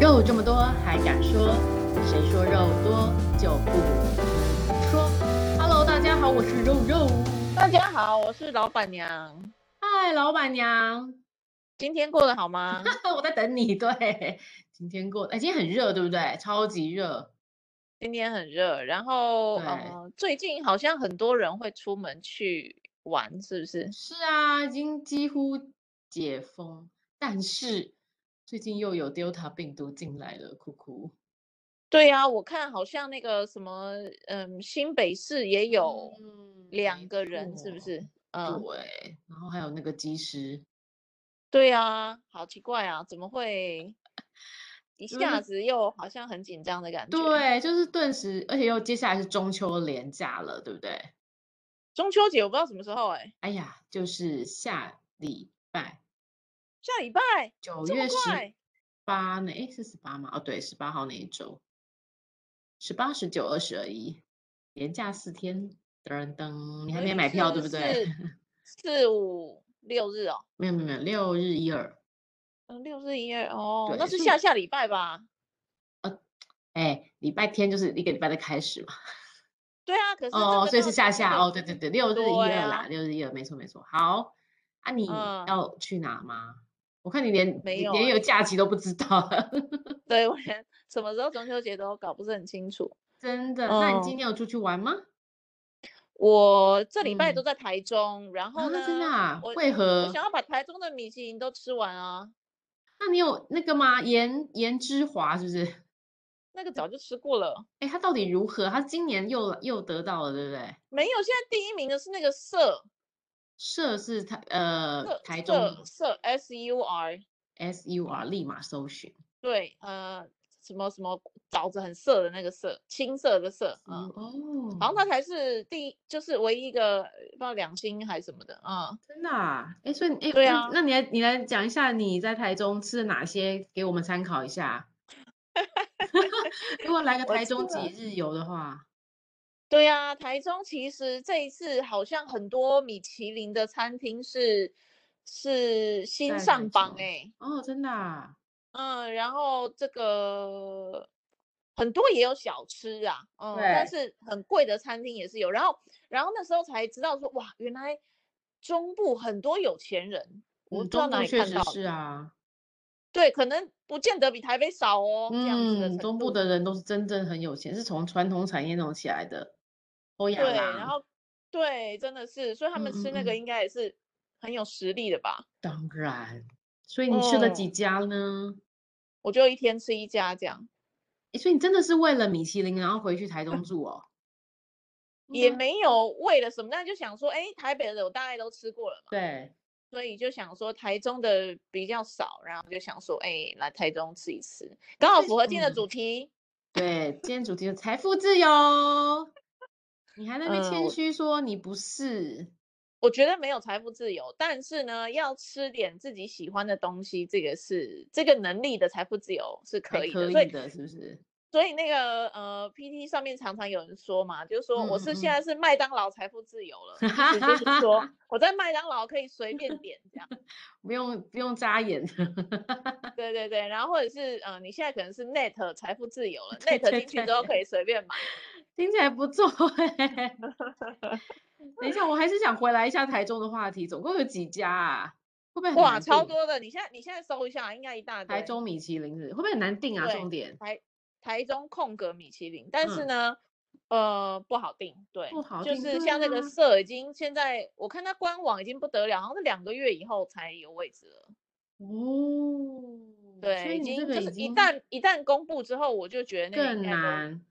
肉这么多还敢说？谁说肉多就不能说？Hello，大家好，我是肉肉。大家好，我是老板娘。嗨，老板娘， 今天过得好吗？我在等你。对，今天过，哎，今天很热，对不对？超级热。今天很热，然后对呃，最近好像很多人会出门去玩，是不是？是啊，已经几乎解封，但是最近又有 Delta 病毒进来了，酷酷。对呀、我看好像那个什么，嗯，新北市也有嗯两没个人，是不错是？嗯，对，然后还有那个技师，对呀，好奇怪啊，怎么会嗯一就下是子又好像很紧张的感觉？，对，就是顿时，而且又接下来是中秋连假了，对不对？中秋节我不知道什么时候哎、哎呀，就是下礼拜下礼拜九这么月十快？八那，诶，是十八吗？哦，对，十八号那一周，十八、十九、二十、二一，连假四天，噔噔，你还所没以买票对是不对？四四五六日哦， 没有没有没有，六日一二，嗯，六日一夜哦，那对是所以下下礼拜吧？哎，礼拜天就是一个礼拜的开始嘛。对啊，可是这哦，个所以都是要下讲一下阵哦，对子对对，六日一对二啦，啊，六日一二，没错没错。好，啊，你嗯，要去哪吗？我看你连没你有连哎、有假期都不知道， 对，我连什么时候中秋节都搞不是很清楚。真的。那你今嗯，天有出去玩吗？我这礼拜都嗯，在台中，然后啊，真的呢，啊？我为我何？想要把台中的米其林都吃完啊，那你有那个吗？颜颜之华是不是？那个早就吃过了。哎，他到底如何？他今年又又得到了，对不对？没有，现在第一名的是那个社社是台呃社台中社吗社 S U R， ？S U R 立马搜寻对，呃，什么什么枣子很涩的那个涩，青涩的涩， ，S 嗯， U 哦，好像它才是第一，就是唯一一个呃不知道两星还是什么的，嗯，真的啊，哎，所以哎，诶对那啊，那你来你来讲一下你在台中吃了哪些，给我们参考一下。 如果来个我台吃中几了。日游的话，对呀、台中其实这一次好像很多米其林的餐厅是是新在台上榜中哎、哦，真的啊，嗯，然后这个很多也有小吃啊，嗯，但对，是很贵的餐厅也是有。然后，然后那时候才知道说，哇，原来中部很多有钱人，嗯，我不知道中哪部里确看实到是的。啊，对，可能不见得比台北少哦，这样子的嗯，程中部度。的人都是真正很有钱，是从传统产业那种起来的，欧亚对，然啦，后对，真的是，所以他嗯们嗯吃那个嗯，应该也是很有实力的吧？当然，所以你吃了几嗯，家呢？我就一天吃一家这样，哎，所以你真的是为了米其林然后回去台中住哦？也嗯，没有为了什么，但就想说，哎，台北的我大概都吃过了嘛。对。所以就想说台中的比较少，然后就想说，哎，来台中吃一吃，刚好为符什合今天的嗯，主题。对，今天主题是财富自由。你还在那边嗯，谦我虚说你不是，我觉得没有财富自由，但是呢，要吃点自己喜欢的东西，这个是这个能力的财富自由是还可以的。可所以以，的，是不是？所以那个呃，PT 上面常常有人说嘛，就是说嗯我是现嗯在是麦当劳财富自由了，意思就是说 嗯，我在麦当劳可以随便点这样。不用不用眨眼。对对对，然后或者是呃，你现在可能是 Net 财富自由了对，Net 对进去之后对，可以随便买。听起来不错 哎、等一下，我还是想回来一下台中的话题，总共有几家啊？会不会很哇，难超定？多的！你现在你现在搜一下，应该一大台堆。中米其林是不是会不会很难定啊？重对，点，台台中空格米其林，但是嗯，呢，呃，不好定。不对，好就定。是对像那个啊，社已经现在，我看它官网已经不得了，好像是两个月以后才有位置了。哦，所对，以已你这经个就已是一经旦一旦公布之后，我就觉得那个更应该都难。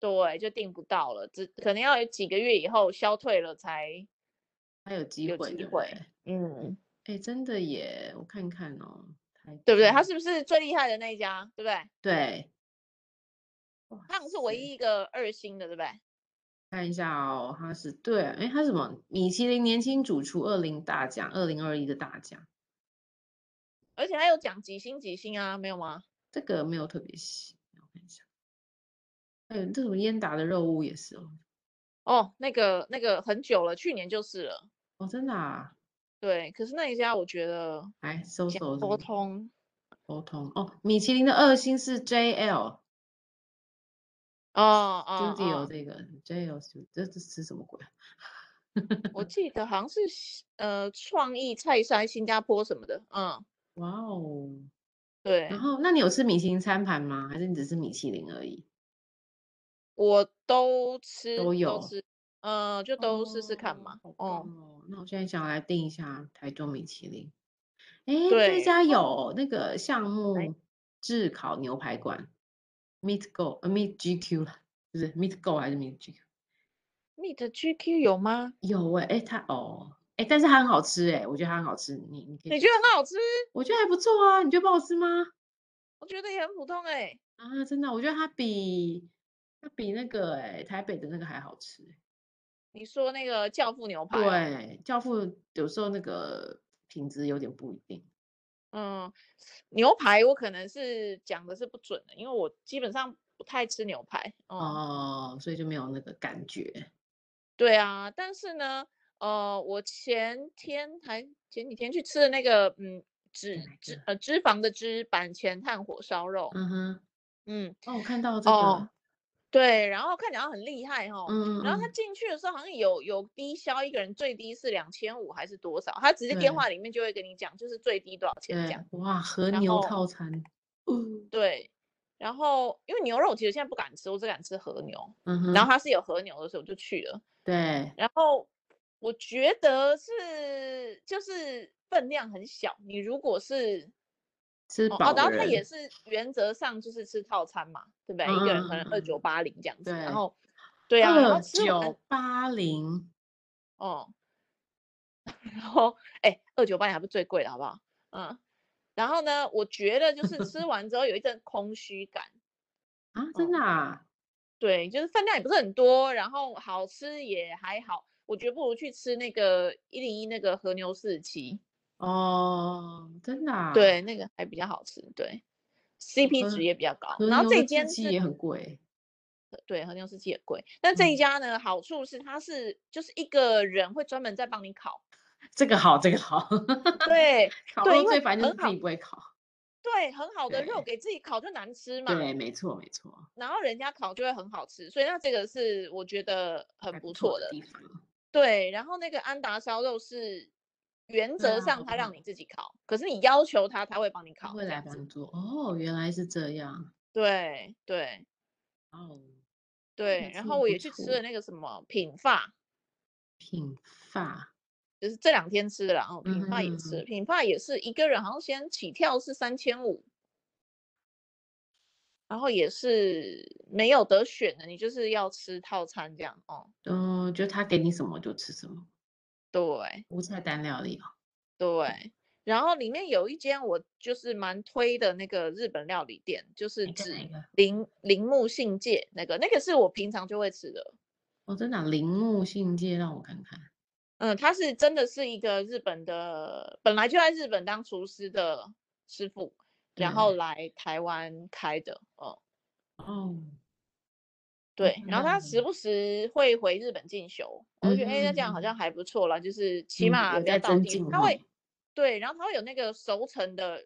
对，就定不到了，只可能要有几个月以后消退了才还有机有会，机对不对？会。嗯，哎，真的耶！我看看哦，台对不对？他中，是不是最厉害的那一家？对不对？对，哇他好像是唯塞，一一个二星的，对不对？看一下哦，他是对，哎，他什么？米其林年轻主厨二零大奖，二零二一的大奖，而且他有讲几星几星啊，没有吗？这个没有特别细，我看一下。还有这种烟达的肉屋也是哦，哦，那个那个很久了，去年就是了。哦，真的啊，对，可是那一家我觉得来搜讲搜搜，不通，沟通哦，米其林的二星是 JL 哦哦 Studio 哦，这个 JL Studio，这这是什么鬼？啊我记得好像是西呃创意菜山新加坡什么的，嗯，哇哦！对然后，那你有吃米其林餐盘吗？还是你只吃米其林而已？我都吃都有吃，嗯，就都试试看哦，嘛，好哦，棒哦那我现在想来订一下台中米其林。哎，这对哦家有那个项目炙烤牛排馆，Meat Go 呃 Meat GQ 啦，不是 Meat Go 还是 Meat GQ？ Meet GQ 有吗？有哎、欸，哎它哦哎、但是它很好吃哎、我觉得它很好吃，你你可以你去觉得吃很好吃？我觉得还不错啊，你觉得不好吃吗？我觉得也很普通哎、啊，真的，我觉得它比它比那个哎、台北的那个还好吃欸、你说那个教父牛排哦、对，教父有时候那个品质有点不一定。嗯，牛排我可能是讲的是不准的，因为我基本上不太吃牛排。嗯，哦，所以就没有那个感觉。对啊，但是呢，呃，我前天还前几天去吃的那个，嗯，脂哪脂个呃脂肪的脂板前炭火烧肉，嗯哼，嗯，哦，我看到这个，哦，对，然后看起来很厉害哦。嗯嗯然后他嗯，进去的时候好像有有低消，一个人最低是两千五还是多少？他直接电对话里面就会跟你讲，就是最低多少钱这对样。，哇，和然牛后套餐，嗯对，然后因为牛肉其实现在不敢吃，我只敢吃和牛。嗯然哼，后它是有和牛的时候我就去了，对，然后我觉得是就是分量很小，你如果是吃哦哦，饱然的后它也人，是原则上就是吃套餐嘛，对不对？一个人可能嗯二嗯九八零这样子，对然后对啊，然后二吃完九八零，哦， 然后哎，二九八零还不是最贵的好不好？嗯，然后呢，我觉得就是吃完之后有一阵空虚感。啊，真嗯的啊，对，就是分量也不是很多，然后好吃也还好。我觉得不如去吃那个一零一那个和牛四十七，哦，真的啊，哦对，那个还比较好吃，对，CP 值和也比较高。和然后牛这的自间己是也很贵，对和牛四十七也贵，但这嗯，一家呢，好处是它是就是一个人会专门在帮你烤，这个好，这个好，啊对烤对，肉因为最烦就是很自己好，不会烤，对，很好的肉对，给自己烤就难吃嘛，对，没错，没错，然后人家烤就会很好吃，所以那这个是我觉得很还不不错错的的。地方，对，然后那个安达烧肉是原对则啊，上我他看让到你自己烤，可是你要求他，他会帮你他烤会这来样帮子。你做，哦，原来是这样，对对哦，这对，个然是后我不也去吃了错。那个什么品发，品发，就是这两天吃的啦，然后嗯品哼发也哼是，哼，品发也是一个人好像先起跳是三千五，然后也是没有得选的，你就是要吃套餐这样哦。嗯，就他给你什么就吃什么，对无菜单料理哦。对，然后里面有一间我就是蛮推的那个日本料理店，就是哪个哪指个？铃铃木信介那个，那个是我平常就会吃的。哦，真的啊铃木信介，让我看看。嗯，他是真的是一个日本的，本来就在日本当厨师的师傅，然后对，来台湾开的。哦、哦，好对，漂然后他亮时哦。不时会回日本进修，我就嗯觉得哎，诶那这样好像哼，还不错啦，就是起嗯，码有不要在到增地，进他哦。会对，然后他会有那个熟成的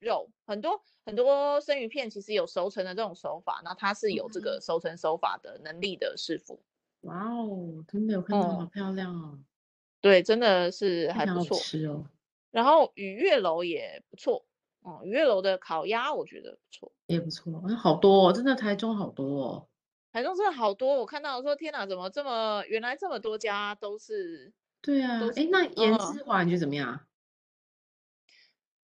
肉，很多很多生鱼片其实有熟成的这种手法，那他是有这个嗯熟成手法的能力的师傅。哇哦，真的有看到，好哦、漂亮哦，对，真的是看还起来不好错。吃哦，然后雨月楼也不错，嗯，雨月楼的烤鸭我觉得不错。也不错。那好多哦，真的台中好多哦。台中真的好多，我看到说天哪，怎么这么原来这么多家都是对啊，都哎，是那盐嗯。之华你觉得怎么样？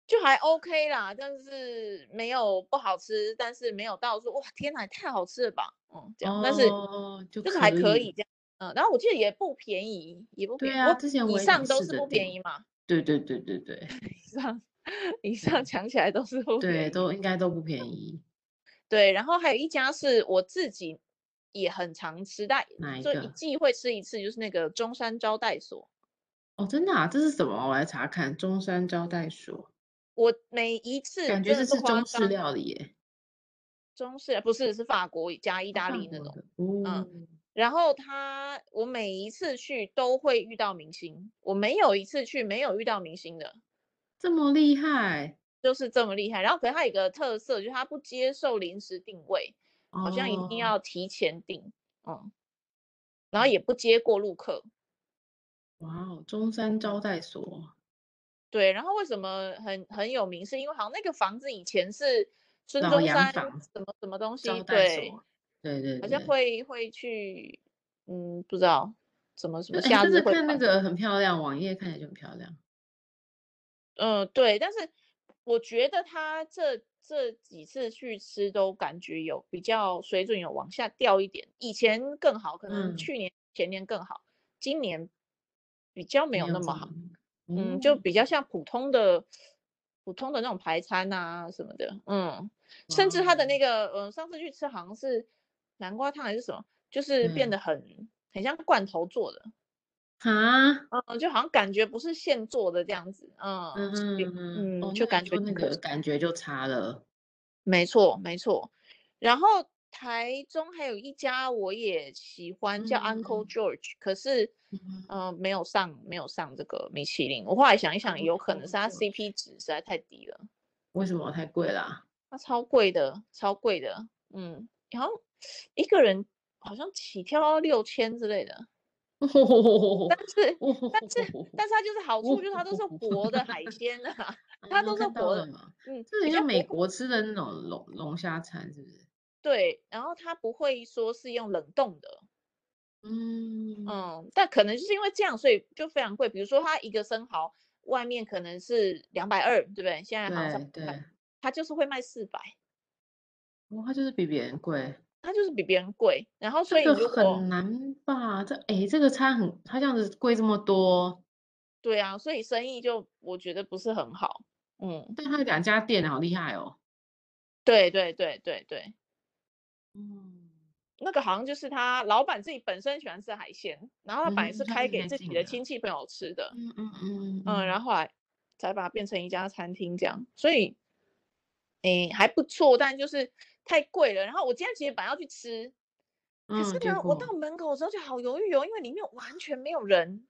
就还 OK 啦，但是没有不好吃，但是没有到说哇天哪，也太好吃了吧，嗯，这样，但是哦，就就是还可可以以。这样，嗯，然后我记得也不便宜，也不便对宜，啊，我之前以我也想上都试是着不便订。宜嘛，对对对对对以上以上对讲起来都是 不嗯对，便宜，都应该都不便宜。对，然后还有一家是我自己也很常吃，但哪一就一个？季会吃一次，就是那个中山招待所。哦，真的啊，这是什么？我来查看中山招待所，我每一次感觉这真的不是夸中式张，料理耶，中式不是是法国加意哦，大法利那国种，的哦，嗯，然后他我每一次去都会遇到明星，我没有一次去没有遇到明星的，这么厉害，就是这么厉害。然后，可是它有一个特色，就是它不接受临时定位，好像一定哦嗯要提前订，嗯，然后也不接过路客，哇哦，中山招待所，对。然后为什么很很有名？是因为好像那个房子以前是孙老中洋山房什么什么东西，招待对，所，对对好像对。会会去，嗯，不知道怎么什么哎，夏但日是会看那馆，个很漂亮，网页看起来就很漂亮。嗯，对，但是我觉得他这这几次去吃都感觉有比较水准有往下掉一点，以前更好，可能嗯，去年前年更好，今年比较没没有有那这么么哦好，那嗯，就个，比较像普通的普通的那种排餐啊什么的，嗯，哦，哇甚至他的哦，那个，嗯、上次去吃好像是南瓜汤还是什么，就是变嗯，得很很像罐头做的。啊，嗯，就好像感觉不是现做的这样子，嗯，嗯也哼哼，嗯，哦，那就你感觉说那挺可个惜。感觉就差了。没错，没错。然后台中还有一家我也喜欢，叫 Uncle 嗯 George，可是，嗯呃，没有上，没有上这个米其林。我后来想一想，有可能哦，Uncle 是它 George， CP 值实在太低了，为什么太贵啦？ 它超贵的，超贵的，嗯，然后 一个人好像起跳要六千之类的。但是，但是，但是它就是好处，就是它都是活的海鲜 啊，它嗯，都是看到活了的，嘛，嗯，这比很较像不美会，国吃的那种龙龙虾餐，是不是？对，然后它不会说是用冷冻的，嗯，嗯，但可能就是因为这样，所以就非常贵。比如说，它一个生蚝外面可能是两百二，对不对？现在好像三对百，对，它就是会卖四百，哇，它就是比别人贵。它就是比别人贵。然后，所这以个如果很难吧？这诶，这个餐很，它这样子贵这么多，对啊，所以生意就我觉得不是很好。嗯，但它有两家店，好厉害哦。对对对对对，嗯，那个好像就是他老板自己本身喜欢吃海鲜，然后他本来嗯，是他开太给开自己心的了。亲戚朋友吃的，嗯嗯嗯嗯，然嗯，后后来才把它变成一家餐厅这样，所以诶还不错，但就是太贵了。然后我今天其实本来要去吃，可是嗯，结呢，我到果，门口的时候就好犹豫哦，因为里面完全没有 人，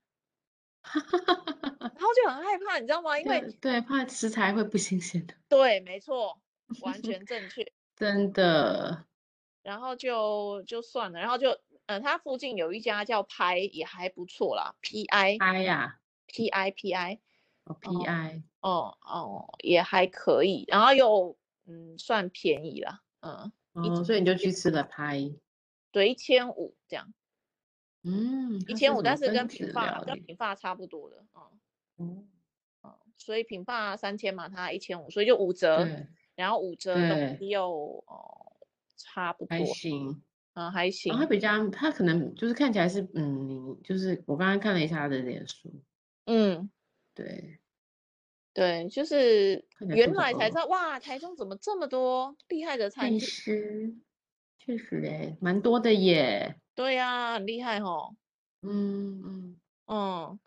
然后就很害怕，你知道吗？因 为要对，怕食材会不新鲜的，对，没错，完全正确。真的。然后就就算了，然后就嗯、呃，它附近有一家叫拍也还不错啦，P I 哎呀， P I P I，哦哦，PI，哦哦，也还可以，然后又嗯算便宜啦，嗯，一哦，千所以你就去吃了拍。对一千五这样，嗯，一它千是五，什但么是分跟品子发料跟理？品发差不多的，嗯哦，嗯，所以品发三千嘛，它一千五，所以就五折，对然后五折东对，西又哦差不还多，行。嗯还然后它行，比较，它可能就是看起来是，嗯，你就是我刚刚看了一下它的脸书，嗯。对，对，就是看起来原肚子来才知饿，道，哇，台中怎么这么多厉害的餐确厅？实，确实诶，蛮多的耶，对呀、很厉害哦。嗯嗯，嗯，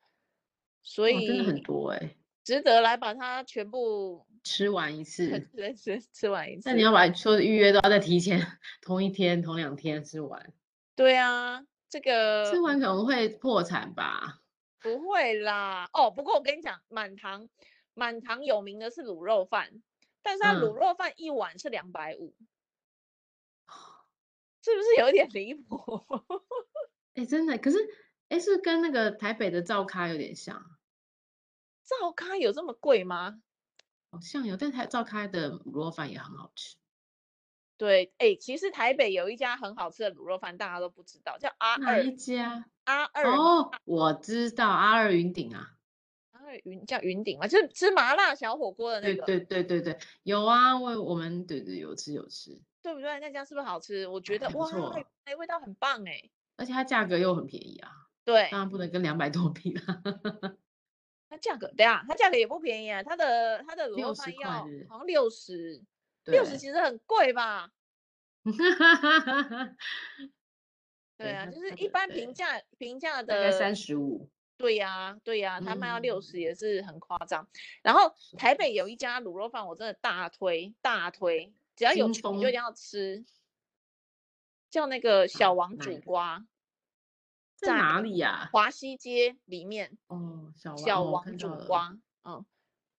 所哦哇，真的很以多诶，值得来把它全部吃完一次， 再吃吃完一但你次。要把所有的预约都要再提前同一天、同两天吃完，对啊，这吃个完可能会破产吧？不会啦。哦，不过我跟你讲，满堂满堂有名的是卤肉饭，但是它卤嗯，肉饭一碗是两百五，是不是有一点离谱？ 诶，真的，可是诶，是跟那个台北的灶咖有点像，灶咖有这么贵吗？好像有，但台灶咖的卤肉饭也很好吃，对，哎，其实台北有一家很好吃的卤肉饭，大家都不知道，叫阿哪二一家？阿二哦，我知道阿二云顶啊。阿二云叫云顶嘛，就是吃麻辣小火锅的那对个，对对对对，有啊，我我们对对有吃有吃，对不对？那家是不是好吃？我还觉得哎还不哇，错，啊那味道很棒哎。而且它价格又很便宜啊，当对，然不能跟两百多比啦，它价格对啊，它价格也不便宜啊，它的它的卤肉六十饭块要是不是？好像六十，六十对，其实很贵吧？对对啊，它就是它一的般平对，价平 价大概的三十五，对呀、对呀、他卖到六嗯，十也是很夸张。然后是台北有一家卤肉饭，我真的大推大推，只要有金钱你就一定峰要吃，叫那个小哪王哪煮一个？瓜，在在哪里呀、华西街里面，哦，小王小哦，我王看到煮了，瓜，嗯，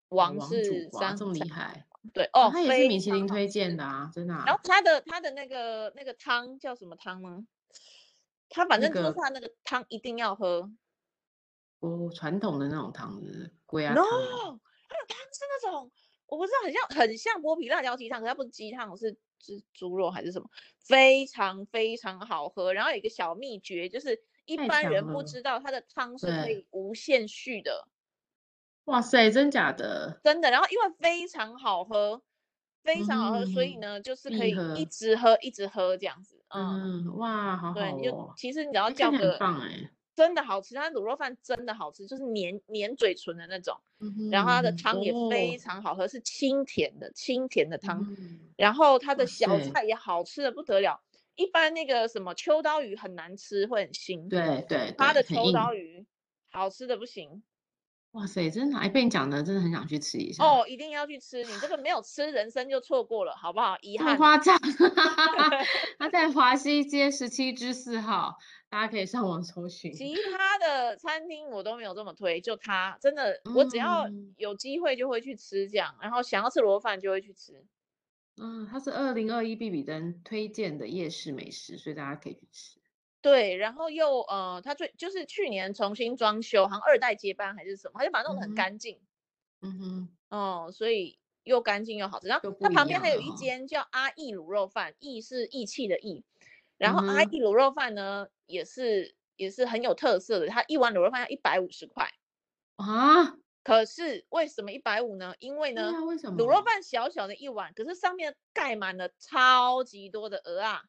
王主是哇三这么三厉害，对啊哦，它也是非米其常林好推吃荐的啊，真的啊、然后它的它的那个那个汤叫什么汤呢？它反那正就是个它那个汤一定要喝。哦，传统的那种汤汁，龟鸭 No，汤它吗的汤是那种我不知道，很像很像剥皮辣椒鸡汤，可它不是鸡汤，是是猪肉还是什么，非常非常好喝。然后有一个小秘诀，就是一太般强人不了，知道它的汤是可对，以无限续的，哇塞，真假的，真的。然后因为非常好喝，非嗯常好哼喝，嗯所以哼，呢，就是可必以一喝，直喝一直喝这样子，嗯。嗯，哇，好对，好你就哦，其实你只哎，要看叫起来很个棒哎，真的好吃，它卤肉饭真的好吃，就是黏黏嘴唇的那种，嗯然后哼它嗯的哼，汤也非哦，常好喝，是清甜的清甜的汤，嗯，然后它哇的小塞，菜也好吃的不得了。一般那个什么秋刀鱼很难吃，会很腥，对对它对，的很秋刀硬，鱼好吃的不行哇塞，真的，哎，被你讲的真的很想去吃一下，哦，一定要去吃。你这个没有吃，人生就错过了，好不好？遗这么憾。夸 张，它在华西街十七之四号，大家可以上网搜寻，其他的餐厅我都没有这么推，就它真的，我只要嗯。有机会就会去吃这样，然后想要吃螺饭就会去吃。嗯，它是二零二一必比登推荐的夜市美食，所以大家可以去吃。对，然后又呃，它最就是去年重新装修，好像二代接班还是什么，它就把它嗯弄得很哼，干净嗯哼，哦，所以又干净又好吃。然后就它不一旁边样还有了一哈。间叫阿义卤肉饭，义是义气的义，然嗯后阿义哼，卤肉饭呢也是也是很有特色的，它一碗卤肉饭要一百五十块。啊，可是为什么一百五呢？因为对呢，啊，为什卤肉么？饭小小的一碗，可是上面盖满了超级多的鹅啊，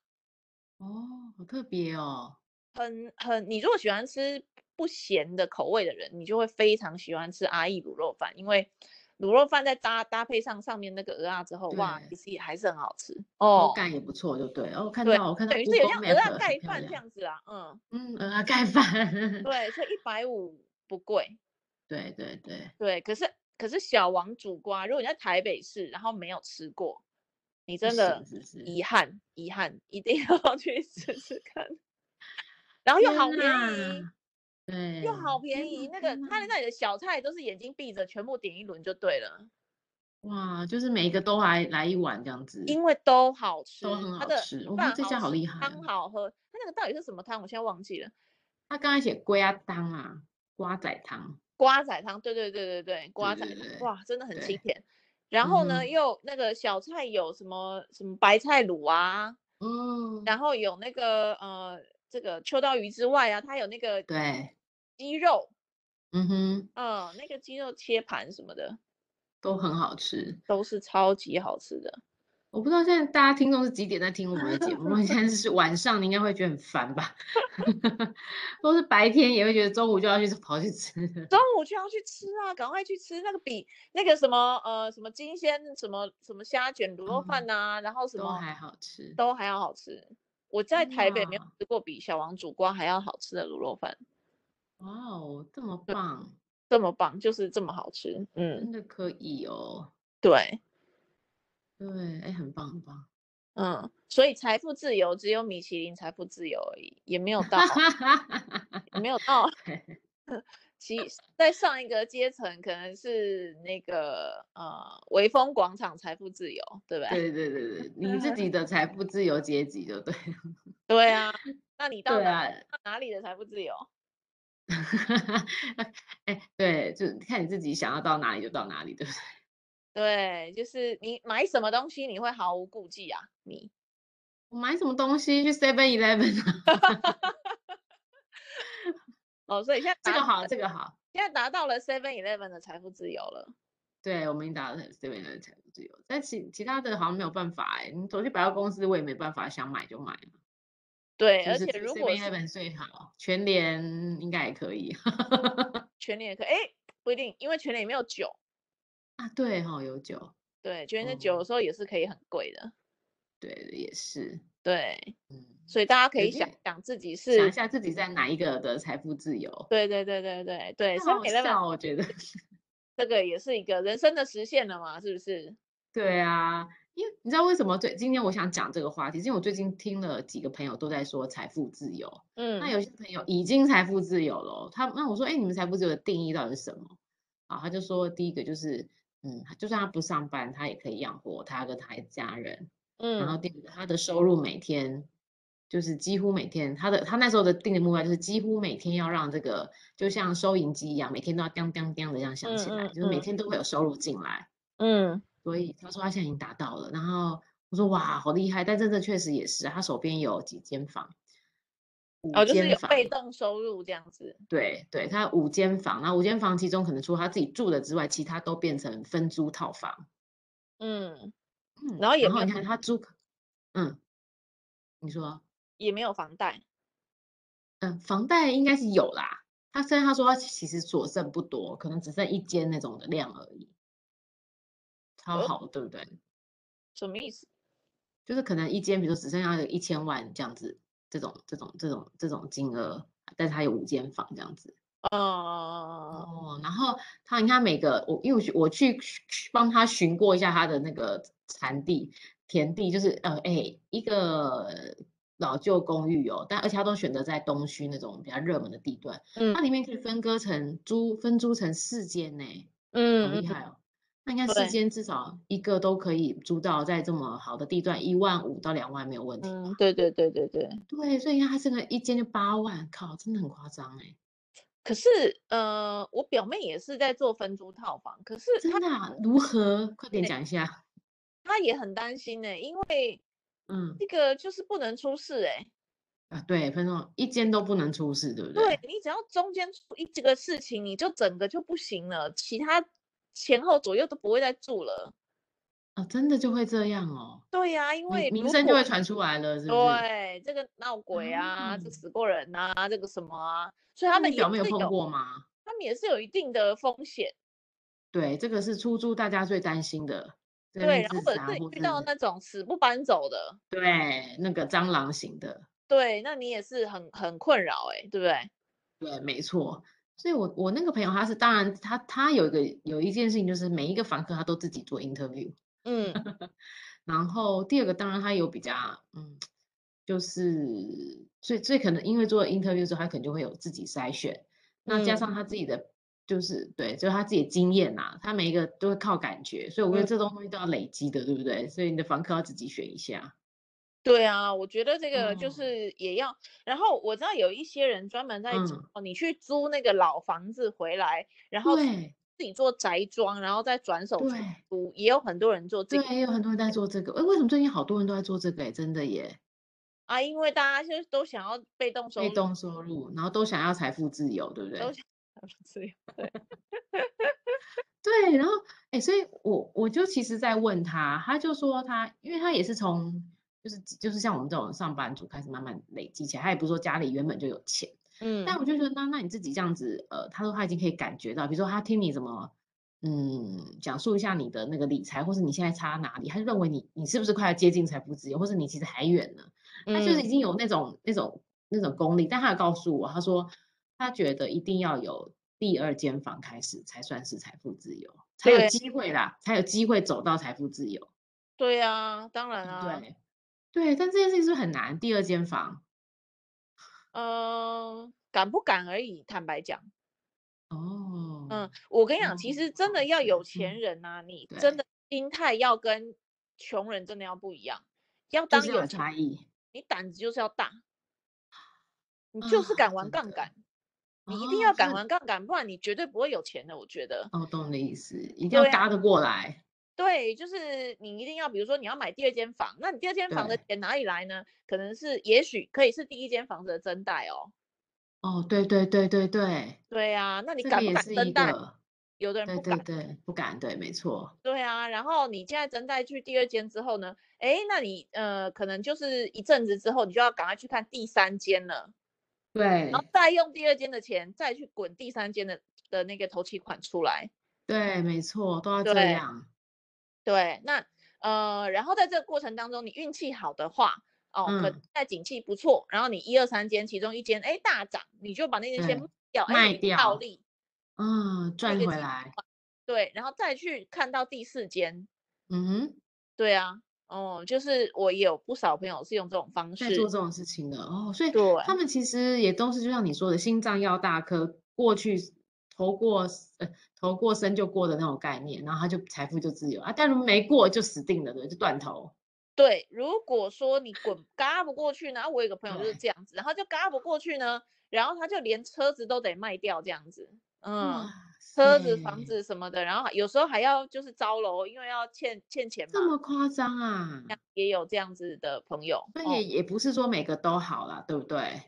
哦，好特别哦。很很。你如果喜欢吃不咸的口味的人，你就会非常喜欢吃阿义卤肉饭，因为卤肉饭再搭搭配上上面那个鹅啊之后，哇，对，其实也还是很好吃口哦。感也不错，就对。哦，我看对，到，我看到等于是有 Google 像鹅啊 Map 很盖漂饭这亮。样子啊，嗯，嗯，鹅啊盖饭。 对，所以一百五不贵。对对对，对，可是可是小王煮瓜，如果你在台北市，然后没有吃过，你不真行，的是不是？遗憾遗憾，一定要 去试试看。然后又天好便宜，呐，又对，好便天呐，宜，那个天呐，他的那里的小菜都是眼睛闭着，全部点一轮就对了，哇，就是每一个都来来一碗这样子，因为都好都吃，很它好的吃。哦，那饭这好家好吃，厉害汤哦。好喝。它那个到底是什么汤？我现在忘记了，他刚才写龟鸭汤啊，瓜仔汤。瓜仔汤，对对对对对，对瓜仔对汤，对哇，真的很清对，甜。然嗯后呢，哼，又那个小菜有什么什么白菜卤啊，嗯，然后有那个呃，这个秋刀鱼之外啊，它有那个对，鸡肉，嗯哼，嗯，那个鸡肉切盘什么的，都很好吃。都是超级好吃的。我不知道现在大家听众是几点在听我们的节目，如果现在是晚上，你应该会觉得很烦吧？ 都是白天也会觉得中午就要去跑去吃了。中午就要去吃啊，赶快去吃那个比那个什么呃什么金鲜什么什么虾卷卤肉饭嗯，呐、然后什都么还好吃。都还要好吃。我在台北没有哇吃过比小王煮瓜还要好吃的卤肉饭，哇哦，这么棒，这么棒，就是这么好吃。嗯，真的可以哦。对，对，哎，很棒很棒。 嗯，所以财富自由只有米其林财富自由而已，也没有 到，也没有到。对，其在上一个阶层可能是那个呃微风广场财富自由，对不对对？对对对，你自己的财富自由阶级就对了。 对啊，那你到对哪啊，到哪里的财富自由？ 哎，对，就看你自己想要到哪里就到哪里，对不对？ 对，就是你买什么东西你会毫无顾忌啊，你我买什么东西去 Seven Eleven 啊？ 哦，所以现在这达个到好，了这个好，现在达到了 Seven Eleven 的财富自由了。对我们已经达到 Seven Eleven 财富自由，但其其他的好像没有办法哎、你走去百货公司，我也没办法，想买就买了，对，就而是且去如 Seven 果是 Eleven 最好，全联应该也可以 全年也可以，哎，不一定，因为全年也没有酒。啊。对哈、哦，有酒，对，全年的酒有嗯，时候也是可以很贵的。对，也是，对，嗯，所以大家可有以想点想自己想一是，下自己在哪一个的财富自由，对对对对对对这好，Seven 好 Eleven 笑哦，我觉得。这个也是一个人生的实现了嘛，是不是？对啊，因为你知道为什么最今天我想讲这个话题，是因为我最近听了几个朋友都在说财富自由，那嗯，有些朋友已经财富自由了哦，他那我说，哎，你们财富自由的定义到底是什么？啊，他就说第一个就是嗯，就算他不上班，他也可以养活他跟他的家人。然后嗯，定他的收入每天就是几乎每天，他的他那时候的定的目标就是几乎每天要让这个就像收银机一样，每天都要叮叮叮的这样响起来，嗯嗯就是每嗯天都会有收入进来。嗯，所以他说他现在已经达到了。然后我说哇，好厉害！但真的确实也是啊，他手边有几间房，五哦，就是间有房，被动收入这样子。对对，他有五间房，那五间房其中可能除了他自己住的之外，其他都变成分租套房。嗯，嗯，然后也然后没有你看他租，嗯，你说。也没有房贷。嗯，房贷应该是有啦。他虽然他说他其实所剩不多，可能只剩一间那种的量而已，超哦好的，对不对？什么意思？就是可能一间，比如说只剩下有一千万这样子，这种这种这种这种金额，但是他有五间房这样子。呃，哦，然后他你看每个我，因为我去我去去帮他寻过一下他的那个产地田地，就是呃哎一个老旧公寓哦，但而且他都选择在东区那种比较热门的地段，嗯它里面可以分割成租分租成四间呢，好嗯厉嗯害哦！那你看四对间至少一个都可以租到在这么好的地段，一万五到两万没有问题嗯，吧？对对对对对。对，所以你看他这个一间就八万，靠，真的很夸张哎，可是呃，我表妹也是在做分租套房，可是真她的啊、如何？快点对讲一下，她也很担心呢、因为嗯。这个就是不能出事哎、啊，对，分钟一间都不能出事，对不对对？你只要中间出一这个事情，你就整个就不行了，其他前后左右都不会再住了。啊，真的就会这样哦，对呀、因为名名如声就果会传出来了，是不是？对这个闹鬼啊，啊这个死过人啊，这个什么啊，所以那他你们也表妹有是碰有，过吗？他们也是有一定的风险。对，这个是出租大家最担心的，在那对，边然后自或者杀是或遇到是那种死不搬走的，对那个蟑螂型的，对，那你也是很很困扰哎、对不对？对，没错。所以我我那个朋友他是，当然他他有一个有一件事情就是每一个房客他都自己做 interview，嗯 然后第二个，当然他有比较，嗯，就是最最可能因为做 interview 之后，他可能就会有自己筛选，那加嗯上他自己的就是对，就是他自己的经验呐、他每一个都会靠感觉，所以我觉得嗯，这东西都要累积的，对不对？所以你的房客要自己选一下。对啊，我觉得这个就哦，是也要。然后我知道有一些人专门在讲嗯，哦，你去租那个老房子回来，然后自对己做宅装，然后再转手出对租，也有很多人做这个。对，有很多人在做这个，哎，为什么最近好多人都在做这个？哎，真的耶，啊，因为大家就是都想要被动收被入，动收入，然后都想要财富自由，对不都对？想要自由。对，对，然后哎，诶所以我我就其实在问他，他就说他，因为他也是从就是就是像我们这种上班族开始慢慢累积起来，他也不是说家里原本就有钱，但嗯我就觉得那那你自己这样子，呃，他说他已经可以感觉到，比如说他听你怎么嗯讲述一下你的那个理财，或是你现在差哪里，他就认为你你是不是快要接近财富自由，或是你其实还远呢？他就是嗯已经有那种那种那种功力，但他有告诉我，他说他觉得一定要有第二间房开始才算是财富自由，才有对机会啦，才有机会走到财富自由，对啊，当然对不啊，对？对，但这件事情是不是很难？第二间房，嗯、敢不敢而已，坦白讲。哦，嗯，我跟你讲，其哦，实真的要是，有嗯，钱人呐、你真对，的心态要跟穷人真的要不一样。要就当是要有有钱，差异你胆子就是要大，你就是啊，敢玩真杠的，杆，你一定哦，要就敢是，玩杠杆，不然你绝对不会有钱的。我觉得，哦，懂你的意思，一定要对啊，搭得过来，对，就是你一定要，比如说你要买第二间房，那你第二间房的对，钱哪里来呢？可能是，也许可以是第一间房子的增贷哦。哦，对对对对对，对啊，那你这个敢不也敢是增一贷？个。有的人对不对敢。对，不敢，对，没错，对啊，然后你现在真在去第二间之后呢，诶，那你呃，可能就是一阵子之后，你就要赶快去看第三间了，然后对再用第二间的钱再去滚第三间的的那个头期款出来。对，没错，都要这对样，对，那呃，然后在这个过程当中，你运气好的话，哦，可能嗯，在景气不错，然后你一二三间其中一间诶大涨，你就把那间先卖对，掉，诶，卖你套掉，利嗯，那赚个回期，来，对，然后再去看到第四间，嗯哼，对啊，哦，就是我也有不少朋友是用这种方在做式，这种事情的哦，所以对，他们其实也都是就像你说的，心脏要大颗，过去头过呃头过身就过的那种概念，然后他就财富就自由啊。但如果没过就死定了，对，就断头。对，如果说你滚嘎不过去，然啊后我有一个朋友就是对这样子，然后就嘎不过去呢，然后他就连车子都得卖掉这样子，嗯哇，车子、房塞子什么的，然后还有时候还要就是招楼，因为要欠欠钱这嘛，么夸张啊？也有这样子的朋友，所哦以也不是说每个都好啦，对不对？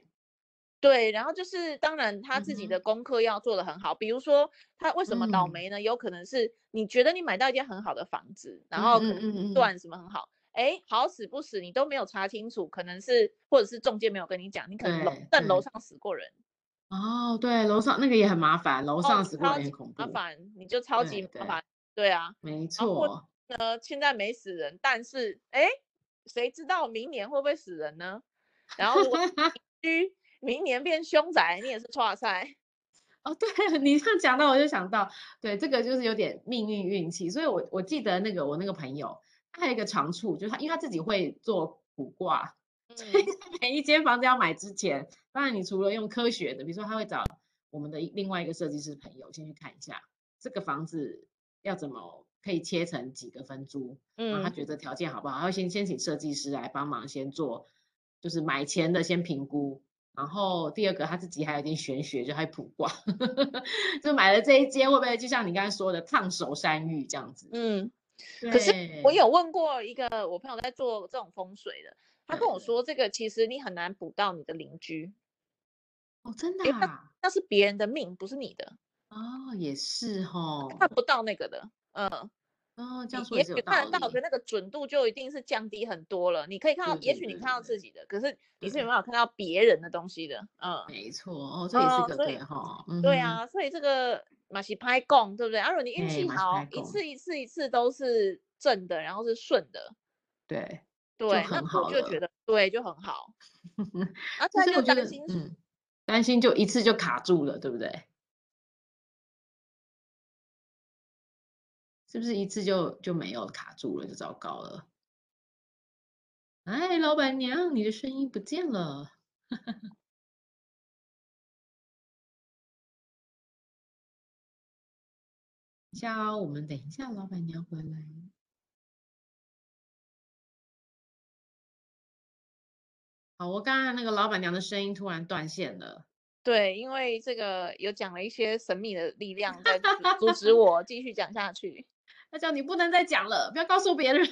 对，然后就是当然他自己的嗯功课要做得很好，比如说他为什么倒嗯霉呢？有可能是你觉得你买到一间很好的房子，然后可嗯能嗯嗯嗯段什么很好，哎、好死不死你都没有查清楚，可能是或者是中介没有跟你讲，你可能楼对但楼对上死过人，哦，对，楼上那个也很麻烦，楼哦上死过超人也级很恐麻怖，烦，你就超级对麻对烦，对啊，没然后或错，呃，现在没死人，但是哎，诶谁知道明年会不会死人呢？然后如果 居明年变凶宅，你也是 哇塞。哦，对， 你这样讲到，我就想到，对，这个就是有点命运运气。所以我我记得那个我那个朋友，他还有一个长处，就是他因为他自己会做卜卦，嗯，每一间房子要买之前，当然你除了用科学的，比如说他会找我们的一另外一个设计师朋友先去看一下这个房子要怎么可以切成几个分租，然啊后他嗯，觉得条件好不好，他会先先请设计师来帮忙先做，就是买前的先评估。然后第二个他自己还有点玄学，就还卜卦， 就买了这一间会不会就像你刚才说的烫手山芋这样子？嗯，对，可是我有问过一个我朋友在做这种风水的，他跟我对说，这个其实你很难补到你的邻居，哦，真因为的那啊，那是别人的命，不是你的，哦，也 是吼，看不到那个的。嗯，哦，这你样说也也是有许道看得理到，可，那个准度就一定是降低很多了。你可以看到，对也对许你对看到对自己的，可是你是没对办法看到别人的东西的。嗯，没错，哦，这也是哦，个所以对吼，嗯对哼，啊，所以这个马西拍供，对不对？啊，如果你运哎气嘛是好拍，一供次一次一次都是正的，然后是顺的，对，对，那很我好就觉了得对就 很好。啊，可再是就我觉担得，心是，嗯，担心就一次就卡住了，对不对？是不是一次就就没有卡住了，就糟糕了？哎，老板娘，你的声音不见了。 等一下哦，我们等一下，老板娘回来。好，我刚才那个老板娘的声音突然断线了。对，因为这个有讲了一些神秘的力量在阻阻止我继续讲下去。他叫你不能再讲了，不要告诉别人。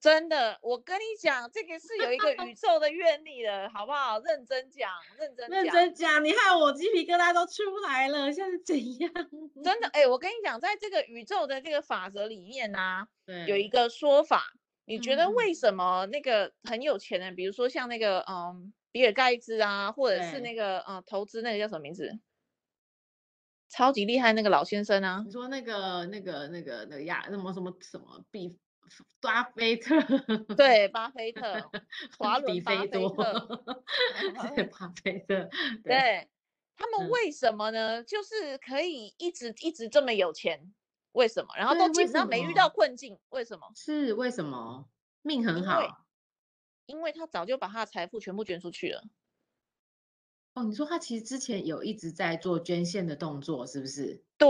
真的，我跟你讲，这个是有一个宇宙的愿力的，好不好？认真讲，认真认讲，真讲，你害我鸡皮疙瘩都出来了，现在是怎样？ 真嗯的，哎、我跟你讲，在这个宇宙的这个法则里面呢、对，有一个说法，你觉得嗯为什么那个很有钱人，比如说像那个嗯比尔盖茨啊，或者是对那个呃投资那个叫什么名字，超级厉害那个老先生啊你，说那个那个那个那个亚什么什么什么比巴菲特，对，巴 菲特，华伦比巴菲菲多， 特，对巴菲特，对，对，他们嗯为什么呢？就是可以一直一直这么有钱，为什么？然后对都为基本什上没遇到么困境，为什么？是为什么？命很因为好因为他早就把他的财富全部捐出去了。哦。你说他其实之前有一直在做捐献的动作，是不是？对，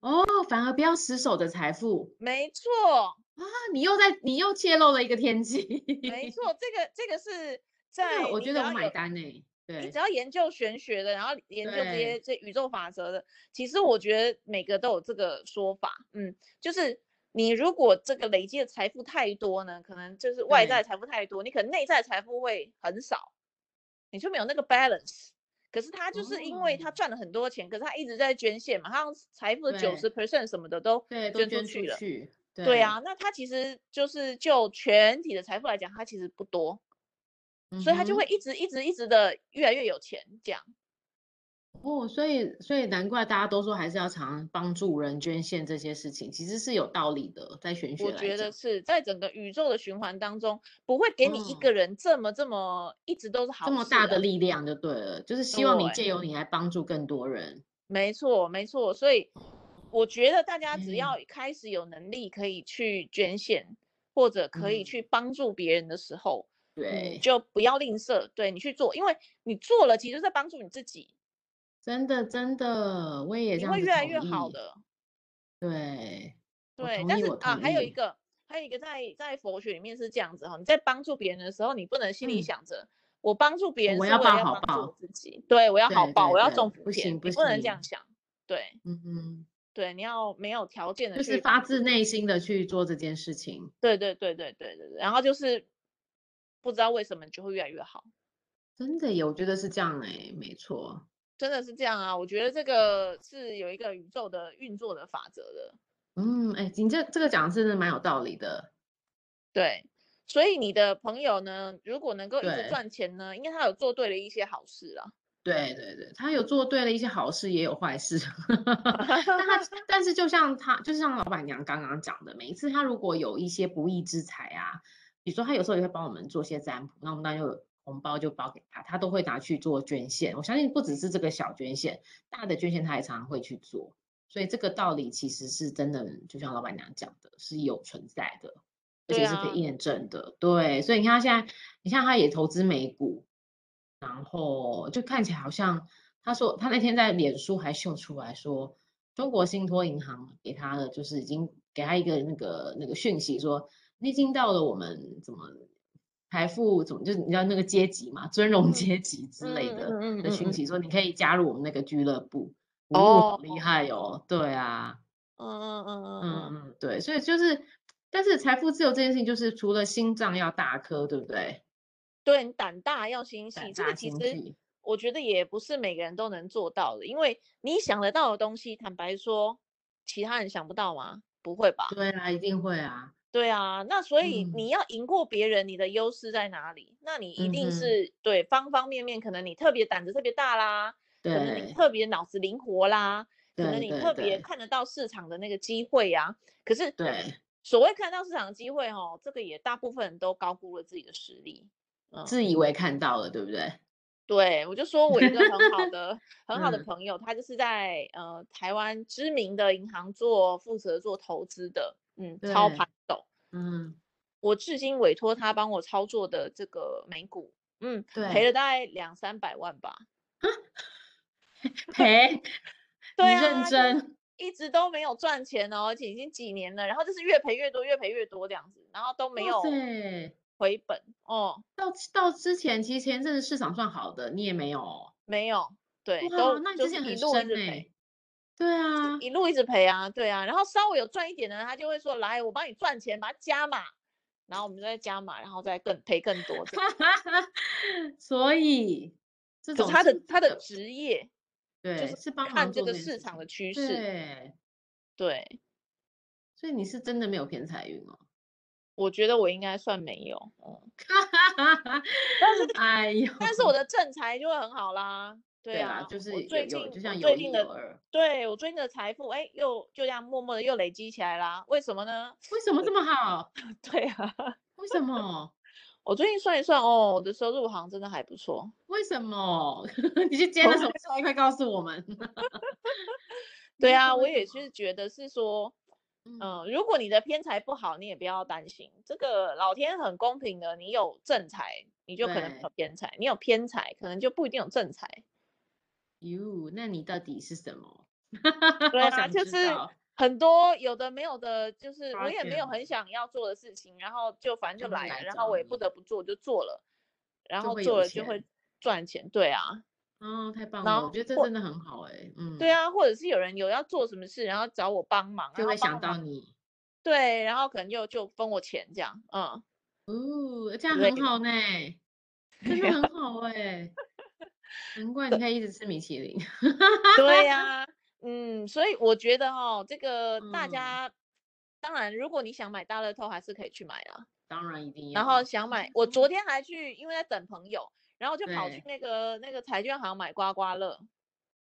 哦，反而不要死守着财富没错。啊！你又在你又泄露了一个天机， 没错，这个这个是这在个我你觉只得我要买有单呢。你对只，要研究玄学的，然后研究这些这宇宙法则的，其实我觉得每个都有这个说法。嗯，就是你如果这个累积的财富太多呢，可能就是外在对财富太多，你可能内在财富会很少，你就没有那个 balance。可是他就是因为他哦赚了很多钱，可是他一直在捐献嘛，他好像财富的九十 percent 什么的都对，都捐出捐出去了。去，对啊，，那他其实就是就全体的财富来讲，他其实不多，嗯所以他就哼会一直一直一直的越来越有钱这样。哦，所以所以难怪大家都说还是要常帮助人捐献这些事情，其实是有道理的，在玄学我来觉得讲，是在整个宇宙的循环当中，不会给你一个人这么这么一直都是嗯好这么事大啊的力量就对了，就是希望你对嗯借由你来帮助更多人。没错，没错。所以我觉得大家只嗯要开始有能力可以去捐献，或者可嗯以去帮助别人的时候，你对，就不要吝啬，对你去做，因为你做了其实是在帮助你自己。真的真的，我也你这样会子越来同越好意。的。对，我对，同但意是我啊，同还有一意个，还有一个在在佛学里面是这样子哈、你在帮助别人的时候，你不能心嗯，里哦想着我帮助别人我是要为了报要好帮助我报，自己，对我要好对报，对我要种对，福不田，行不你不能这样行，想。对嗯哼，对，你要没有条件的就是去发帮自助内心的去做这件事情。对对对对对对对，然后就是不知道为什么你就会越来越好，真的耶，我觉得是这样哎，没错。真的是这样啊！我觉得这个是有一个宇宙的运作的法则的，嗯，哎，你这这个讲的真的蛮有道理的。对。所以你的朋友呢，如果能够一直对赚钱呢，应该他有做对了一些好事啦。对对对，他有做对了一些好事，也有坏事。 但他但是就像他，就像老板娘刚刚讲的，每一次他如果有一些不义之财啊，比如说他有时候也会帮我们做些占卜，那我们当然有红包就包给他，他都会拿去做捐献。我相信不只是这个小捐献，大的捐献他也常常会去做。所以这个道理其实是真的，就像老板娘讲的，是有存在的，而对且是可以啊，验证的。对，所以你看他现在，你看他也投资美股。然后就看起来好像他说他那天在脸书还秀出来说，中国信托银行给他的就是已经给他一个那个那个讯息说，你已经到了我们怎么财富怎么就是你知道那个阶级嘛，尊荣嗯阶级之类嗯的嗯嗯 的嗯讯嗯，息，说你可以加入我们那个俱乐部，哦，好哦，厉害哦，对啊。嗯嗯嗯嗯嗯嗯，嗯，对，所以就是，但是财富自由这件事情，就是除了心脏要大颗，对不对？对你胆大要心细，胆这个大其心实细，我觉得也不是每个人都能做到的，因为你想得到的东西，坦白说，其他人想不到吗？不会吧？对啊，一定会啊，对啊，那所以嗯。你要赢过别人，你的优势在哪里？那你一嗯定哼，是对方方面面，可能你特别胆子特别大啦，可能你对特别脑子灵活啦，可能对你对特对别看得到市场的那个机会呀、可是对，所谓看得到市场的机会，哦，这个也大部分人都高估了自己的实力。嗯，自以为看到了，对不对？对，我就说我一个很 好的很好的嗯朋友，他就是在呃台湾知名的银行做负责做投资的，嗯，操盘对，手。嗯，我至今委托他帮我操作的这个美股，嗯，赔对，了大概两三百万吧。赔，对你认啊，就真，一直都没有赚钱哦，而且已经几年了，然后就是越赔越多，越赔越多这样子，然后都没哇有塞，回本哦，到到之前，其实前阵子市场算好的，你也没有哦，没有，对，哇，都那你就之是前一很路一深直赔，呢，对就是啊，一路一直赔啊，对啊，然后稍微有赚一点的，他就会说来，我帮你赚钱，把它加码，然后我们再加码，然后再更赔更多这样。 所以 这可是种他是的他的呃，职业就对，是是帮忙看这做个这件市事场情，的趋势，对，对。所以你是真的没有偏财运哦，我觉得我应该算没有， 嗯，但是哎呦。但是我的正财就会很好啦，对对啦，啊，就我是有最有，近就我像有最一近有的，二，对我最近的财富，哎，又就这样默默的又累积起来啦，为什么呢？ 为什么我这么好？对啊， 为什么？我最近算一算哦，我的收入好像真的还不错，为什么？ 你去接我了什么事？快告诉我们。你 对是啊，说我为什 也么？是觉得是说，嗯，嗯，如果你的偏财不好，你也不要担心，这个老天很公平的，你有正财，你就可能没有对偏财，你有偏财，可能就不一定有 正财。 ，you，那你到底是什么？对好啊，想就知是道。很多有的没有的，就是我发也没有现很想要做的事情，然后就反正就就会来了，来然后找我也不你，得不做，就做了，然就后会做有了就会钱。赚钱，对啊，哦，太棒然了！我后觉得这或真的很好哎。对嗯，啊，或者是有人有要做什么事，然后找我帮忙，然就后会帮想我到忙，你。对，然后可能就就分我钱这样，嗯，哦，这样之类很的，好呢，真的很好哎。难怪你可以一直吃米其林。 对呀，嗯，所以我觉得哦，这个大嗯，家，当然如果你想买大乐透，还是可以去买啦。当然一定然后要。想就买，是我说，昨天还去，因为在等朋友，然后就跑去嗯对。那个那个彩券行买刮刮乐，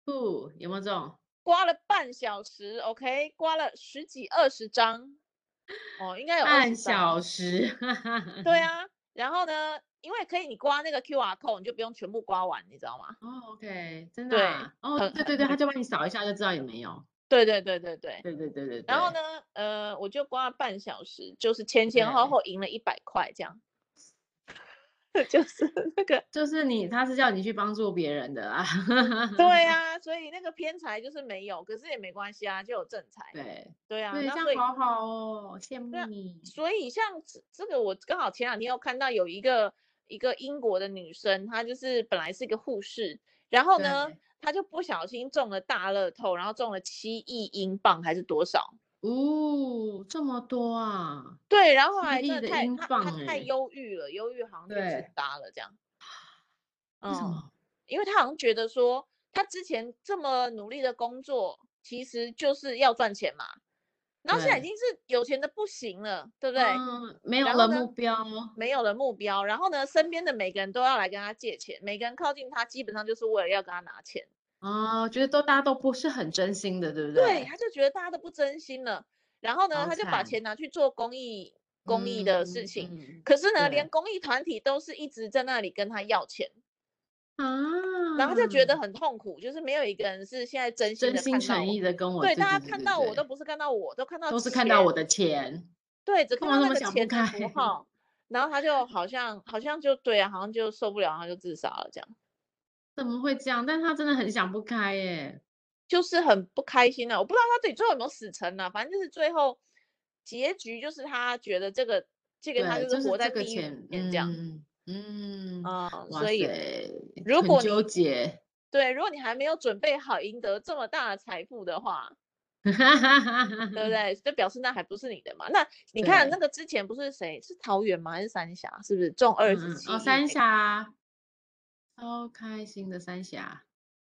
不，有没有这种？刮了半小时，OK，刮了十几二十张，哦，应该有二半十张，小时， 对啊，然后呢，因为可以你刮那个 QR code，你就不用全部刮完，你知道吗？哦，OK，真的对，啊，哦，很对很对对，他很，就帮你扫一下就知道有没有，对对对对对。对对对对然后呢，对呃，我就刮了半小时，就是前前后对，后赢了一百块这样。 就是那个就是你，他是叫你去帮助别人的啊。 对啊，所以那个偏财就是没有，可是也没关系啊，就有正财。对对啊，对，那这所以样好好哦，羡慕那你。所以像这这个，我刚好前两天又看到有一个一个英国的女生，她就是本来是一个护士，然后呢对，她就不小心中了大乐透，然后中了七亿英镑还是多少？哦，这么多啊！对，然后后7来亿真的的太英她她镑太欸忧郁了，忧郁好像就自对杀了这样。为什嗯么？因为他好像觉得说，他之前这么努力的工作，其实就是要赚钱嘛。然后现在已对经是有钱的不行了，对不对？嗯，没有然了后呢目标。没有了目标，然后呢，身边的每个人都要来跟他借钱，每个人靠近他，基本上就是为了要跟他拿钱。哦，觉得都大家都不是很真心的，对不对，他就觉得大家都不真心了。然后呢，好他就把惨嗯钱拿去做公益公益的事情。情可是呢，对连公益团体都是一直在那里跟他要钱，啊，然后他就觉得很痛苦，就是没有一个人是现在真心真的心看到我诚意的跟我对，自大家己看对到我对都不是看到我，都看到都是看到我钱，的钱，对，只干看嘛那到那么个想不钱的符开号。然后他就好像好像就对啊，好像就受不了，然后就自杀了，这样怎么会这样？但他真的很想不开耶。就是很不开心啊的、我不知道他自己最后有没有死成啊，反正就是最后结局就是他觉得这个这个他对，是是活在这个地狱里钱，面这样嗯嗯，啊、嗯哇所以塞，如很果纠你结，对，如果你还没有准备好赢得这么大的财富的话， 对不对？就表示那还不是你的嘛。那你看那嗯对个之前不是谁是桃园吗？还是三峡？是不是中二十嗯，七？哦，三峡，超开心的三峡，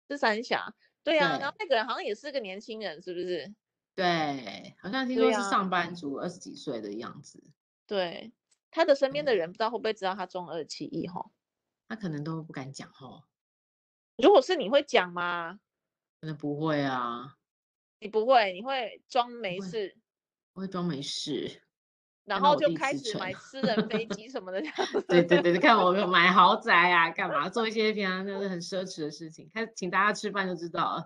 是三峡。对啊，然后对那个人好像也是个年轻人，是不是？对，好像听说对是啊上班族，二十几岁的样子，对，他的身边的对人不知道会不会知道他中二七亿哈？他可能都不敢讲哦，如果是你会讲吗？可能不会啊，你不会，你会装没会事，我会装没事。然看到后我就弟开吃始撑买私人飞机什么的这样子。对对对，对看我们买豪宅啊，干嘛做一些平常就是很奢侈的事情，看请大家吃饭就知道了。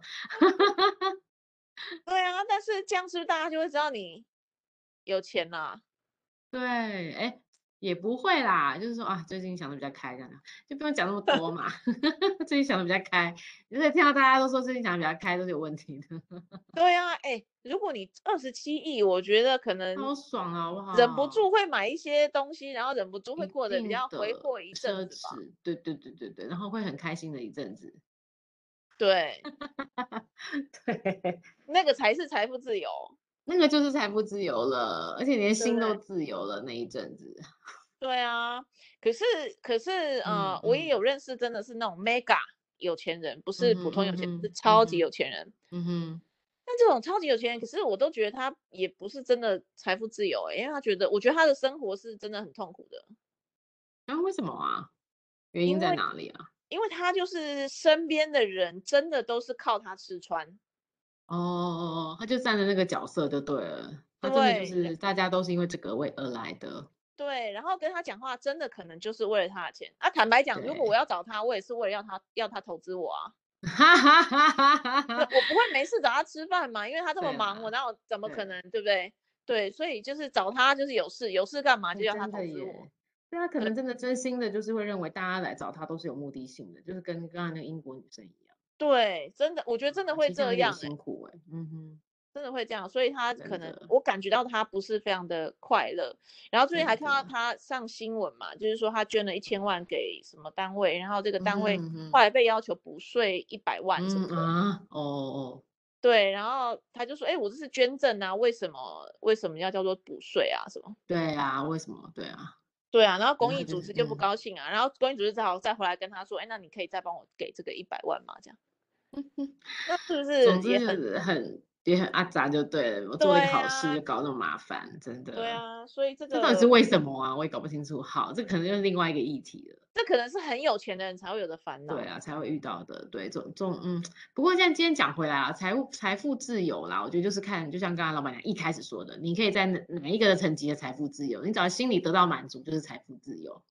对啊，但是这样是不是大家就会知道你有钱啦、对，哎，也不会啦，就是说啊，最近想的比较开，这样就不用讲那么多嘛。 最近想的比较开，如果听到大家都说最近想的比较开，都是有问题 的，对啊，哎，如果你二十七亿，我觉得可能好爽啊，好不好？忍不住会买一些东西，然后忍不住会一过得比定较的挥霍一奢阵子吧。侈，对对对对对，然后会很开心的一阵子。对，对，那个才是财富自由。那个就是财富自由了，而且连不心都对自由了那一阵子。对啊，可是可是呃嗯，我也嗯有认识，真的是那种 mega 有钱人，不是嗯普哼通有嗯钱人，是哼嗯超级哼有钱人。嗯哼，但这种超级有钱人，可是我都觉得他也不是真的财富自由、欸，因为他觉得，我觉得他的生活是真的很痛苦的，然后为什么啊？原因因在为哪里啊？因为他就是身边的人真的都是靠他吃穿。哦，他就站在那个角色就对了，他真的就对是大家都是因为这个为而来的，对，然后跟他讲话，真的可能就是为了他的钱。啊，坦白讲，如果我对要找他，我也是为了要他要他投资我啊，哈哈哈哈哈那哈。 我不会没事找他吃饭嘛，因为他这么啊对忙，啦我哪有怎么可对能，对不对？对，所以就是找他就是有事，有事干嘛哎就要他真投的资我。耶，对他可能真的真心的，就是会认为大家来找他都是有目的性的，就是跟刚刚那个英国女生一样，对，真的，我觉得真的啊会其实这样这有点样、欸，辛苦哎，嗯哼，真的会这样，所以他可真能的我感觉到他不是非常的快乐。然后最近还真看到的，他上新闻嘛，就是说他捐了一千万给什么单位，然后这个嗯单哼位嗯后哼，来被要求补税一百万什么嗯的。啊，哦哦，对，然后他就说：“哎、我这是捐赠啊，为什么为什么要叫做补税啊？什么？对啊，为什么？对啊，对啊。”然后然公后他益就组是织就不嗯。高兴啊，然后公益组织只好再回来跟他说：“哎、那你可以再帮我给这个一百万嘛？”这样，那是不 总是之也就很是很也很阿杂就对了，我做了一个对好事啊？就搞那么麻烦，真对的，啊，所以这这到底是个为什么啊？我也搞不清楚。好，这可能就是另外一个议题了。这可能是很有钱的人才会有的烦对恼。啊，才会遇到的。对，总总嗯，不过像今天讲回来啊，财务财富自由啦，我觉得就是看，就像刚刚老板娘一开始说的，你可以在哪哪一个层级的财富自由，你只要心里得到满足，就是财富自由，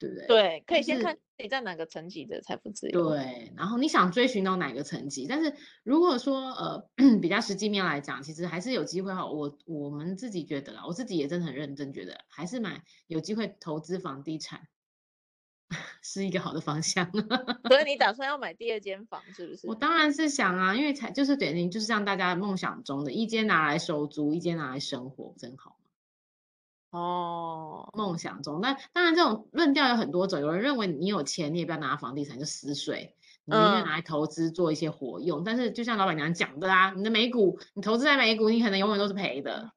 对不对？对，可以就先看是你在哪个层级的财富自由。对，然后你想追寻到哪个层级？但是如果说呃 比较实际面来讲，其实还是有机会哈。我我们自己觉得啦，我自己也真的很认真觉得，还是蛮有机会投资房地产。 是一个好的方向。 所以你打算要买第二间房是不是？我当然是想啊，因为才就是等于就是像大家梦想中的一间拿来收租，一间拿来生活，真好。哦，梦想中，那当然这种论调有很多种，有人认为你有钱，你也不要拿房地产就死水，你宁愿嗯拿来投资做一些活用。但是就像老板娘讲的啊，你的美股，你投资在美股，你可能永远都是赔的，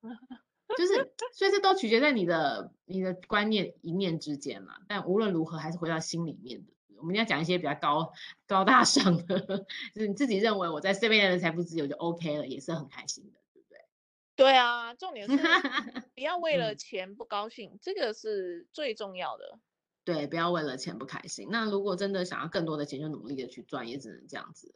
就是所以这都取决在你的你的观念一念之间嘛。但无论如何，还是回到心里面的。我们一定要讲一些比较高高大上的， 就是你自己认为我在这边的人财富自由就 OK 了，也是很开心的，对不对啊，重 点是对？不要为了嗯钱不高兴，这个是最重要的。对，不要为了钱不开心。那如果真的想要更多的钱，就努力的去赚，也只能这样子了。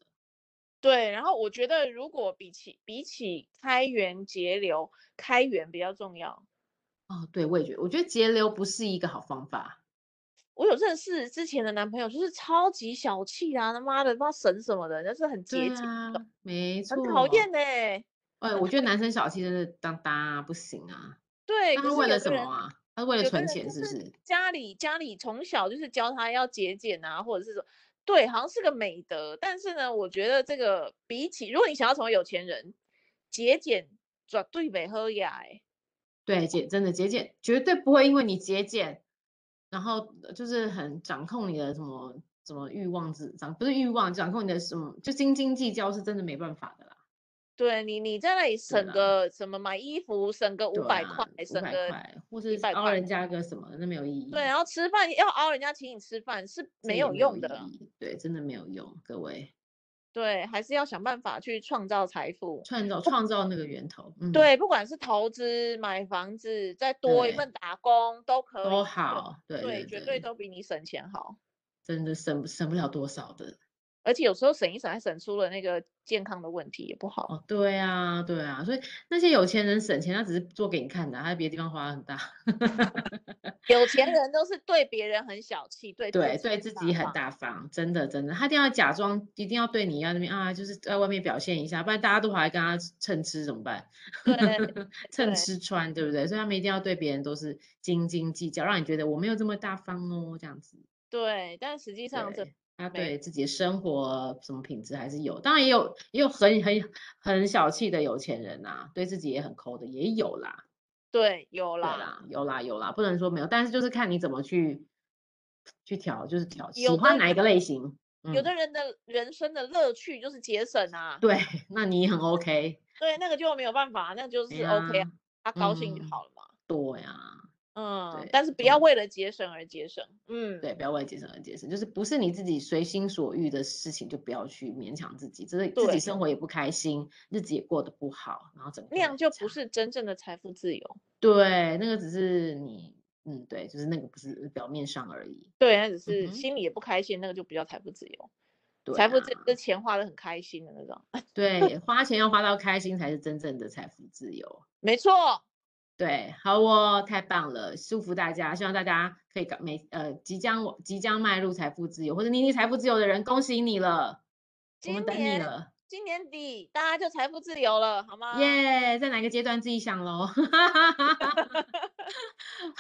对，然后我觉得如果比起比起开源节流，开源比较重要。哦，对，我也觉得，我觉得节流不是一个好方法。我有认识之前的男朋友，就是超级小气啊，他妈的，不知道省什么的，但是很节对俭，啊，没错。很讨厌呢、哎，我觉得男生小气真的当当啊不行啊。对，那可他是为了有的什么人，啊？他为了有的存人钱就是不是？家里家里从小就是教他要节俭啊，或者是说，对，好像是个美德。但是呢，我觉得这个比起，如果你想要成为有钱人，节俭绝对没喝呀、欸。对，节真的节俭绝对不会因为你节俭，然后呃就是很掌控你的什么什么欲望之掌，不是欲望，掌控你的什么就斤斤计较是真的没办法的啦。对你，你在那里省啦个什么买衣服省个五对百啊块，五省百个块，或是100凹块人家个什么的，那没有意义。对，然后吃饭要熬人家请你吃饭是这没也有没有用意的，义，对，真的没有用。各位，对，还是要想办法去创造财富。创造创造那个源头，嗯，，对，不管是投资、买房子，再多一对份打工都可都以，好，对对，绝对对，都比你省钱好。真的省不省不了多少的。而且有时候省一省，还省出了那个健康的问题，也不好。哦，对啊，对啊，所以那些有钱人省钱，他只是做给你看的啊，他在别的地方花很大，有钱人都是对别人很小气，对对，对对自己很大方，真的真的，他一定要假装，一定要对你要那边啊，就是在外面表现一下，不然大家都跑来跟他蹭吃怎么办？ 对蹭对吃穿，对不对？所以他们一定要对别人都是斤斤计较，让你觉得我没有这么大方哦，这样子。对，但实际上这对，他没对自己的生活什么品质还是有，当然也有也有很很很小气的有钱人呐、对自己也很抠的也有啦，对有对啦，啦，有啦有啦，不能说没有，但是就是看你怎么去去调，就是调喜有欢的哪一个类型，有嗯，的人的人生的乐趣就是节省啊，对，那你很 OK，对，那个就没有办法，那就哎是 OK，啊呀他高兴就嗯好了嘛。对啊呀、嗯对，但是不对要为了节省而节省。嗯，对，不要为了节省而节省，就是不是你自己随心所欲的事情，就不要去勉强自己，就是自己对生活也不开心，日子也过得不好，然后整个那人样很就差不是真正的财富自由，对，那个只是你，嗯，对，就是那个不是表面上而已。对，那只嗯是哼心里也不开心，那个就不叫财富自由。对财富自啊由是钱花的很开心的那种， 对，花钱要花到开心才是真正的财富自由。没错。对，好哦，太棒了，祝福大家，希望大家可以搞每呃即将往即将迈入财富自由，或者你已经财富自由的人，恭喜你了，我们今等你年了，今年底大家就财富自由了，好吗？耶！在哪个阶段自己想喽。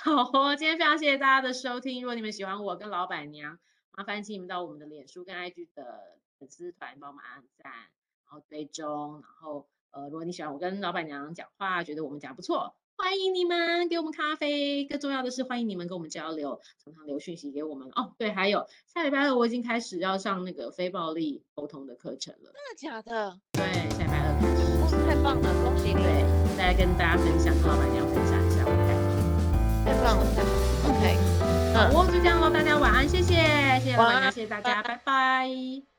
好哦，今天非常谢谢大家的收听。如果你们喜欢我跟老板娘，麻烦请你们到我们的脸书跟 IG 的粉丝团帮我们按赞，然后追踪，然后呃，如果你喜欢我跟老板娘讲话，觉得我们讲不错，欢迎你们给我们咖啡。更重要的是，欢迎你们跟我们交流，常常留讯息给我们哦。对，还有下礼拜二我已经开始要上那个非暴力沟通的课程了。真的假的？对，下礼拜二开始。哇，太棒了，恭喜你，对，再来跟大家分享，跟老板娘分享一下我的感觉。太棒了，太棒了。OK，好哦，就这样喽，大家晚安，谢谢，谢谢老板娘，谢谢大家，拜拜